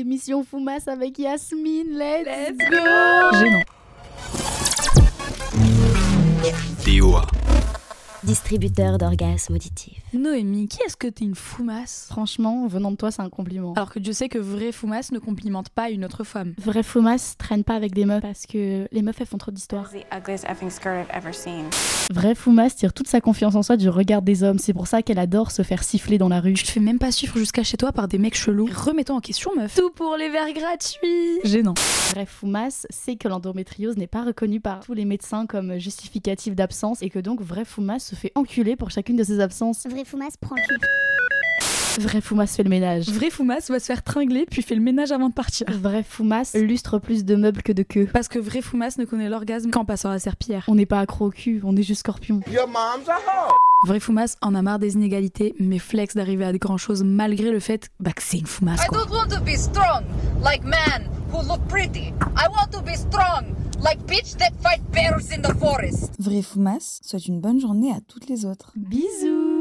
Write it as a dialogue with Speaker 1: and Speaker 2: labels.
Speaker 1: Émission Fumas avec Yasmine, let's,
Speaker 2: Let's
Speaker 1: go
Speaker 3: Gênant.
Speaker 4: DOA.
Speaker 5: Distributeur d'orgasmes auditifs.
Speaker 2: Noémie, qui est-ce que t'es une foumasse
Speaker 1: Franchement, venant de toi, c'est un compliment.
Speaker 2: Alors que Dieu sait que vraie foumasse ne complimente pas une autre femme.
Speaker 1: Vrai Fumas traîne pas avec des meufs parce que les meufs elles font trop
Speaker 6: That was
Speaker 1: d'histoires.
Speaker 6: the ugliest effing skirt I've ever seen.
Speaker 1: Vrai Fumas tire toute sa confiance en soi du regard des hommes, c'est pour ça qu'elle adore se faire siffler dans la rue.
Speaker 2: Je te fais même pas suivre jusqu'à chez toi par des mecs chelous. Remettons en question, meuf. Tout pour les verres gratuits.
Speaker 3: Gênant.
Speaker 1: Vrai Fumas sait que l'endométriose n'est pas reconnue par tous les médecins comme justificatif d'absence et que donc Vrai Fumas se fait enculer pour chacune de ses absences.
Speaker 5: Vrai Foumas prend le cul.
Speaker 1: Vrai Fumas fait le ménage.
Speaker 2: Vraie foumasse va se faire tringler puis fait le ménage avant de partir.
Speaker 1: Vrai Fumas lustre plus de meubles que de queues.
Speaker 2: Parce que vraie foumasse ne connaît l'orgasme qu'en passant à la serpillère.
Speaker 1: On n'est pas accro au cul, on est juste scorpion.
Speaker 2: Vraie foumasse en a marre des inégalités, mais flex d'arriver à des grands choses malgré le fait bah, que c'est une foumasse
Speaker 7: I
Speaker 2: quoi.
Speaker 7: don't want to be strong like men who look pretty. I want to be strong like bitch that fight bears in the forest.
Speaker 8: Vrai Foumas souhaite une bonne journée à toutes les autres.
Speaker 1: Bisous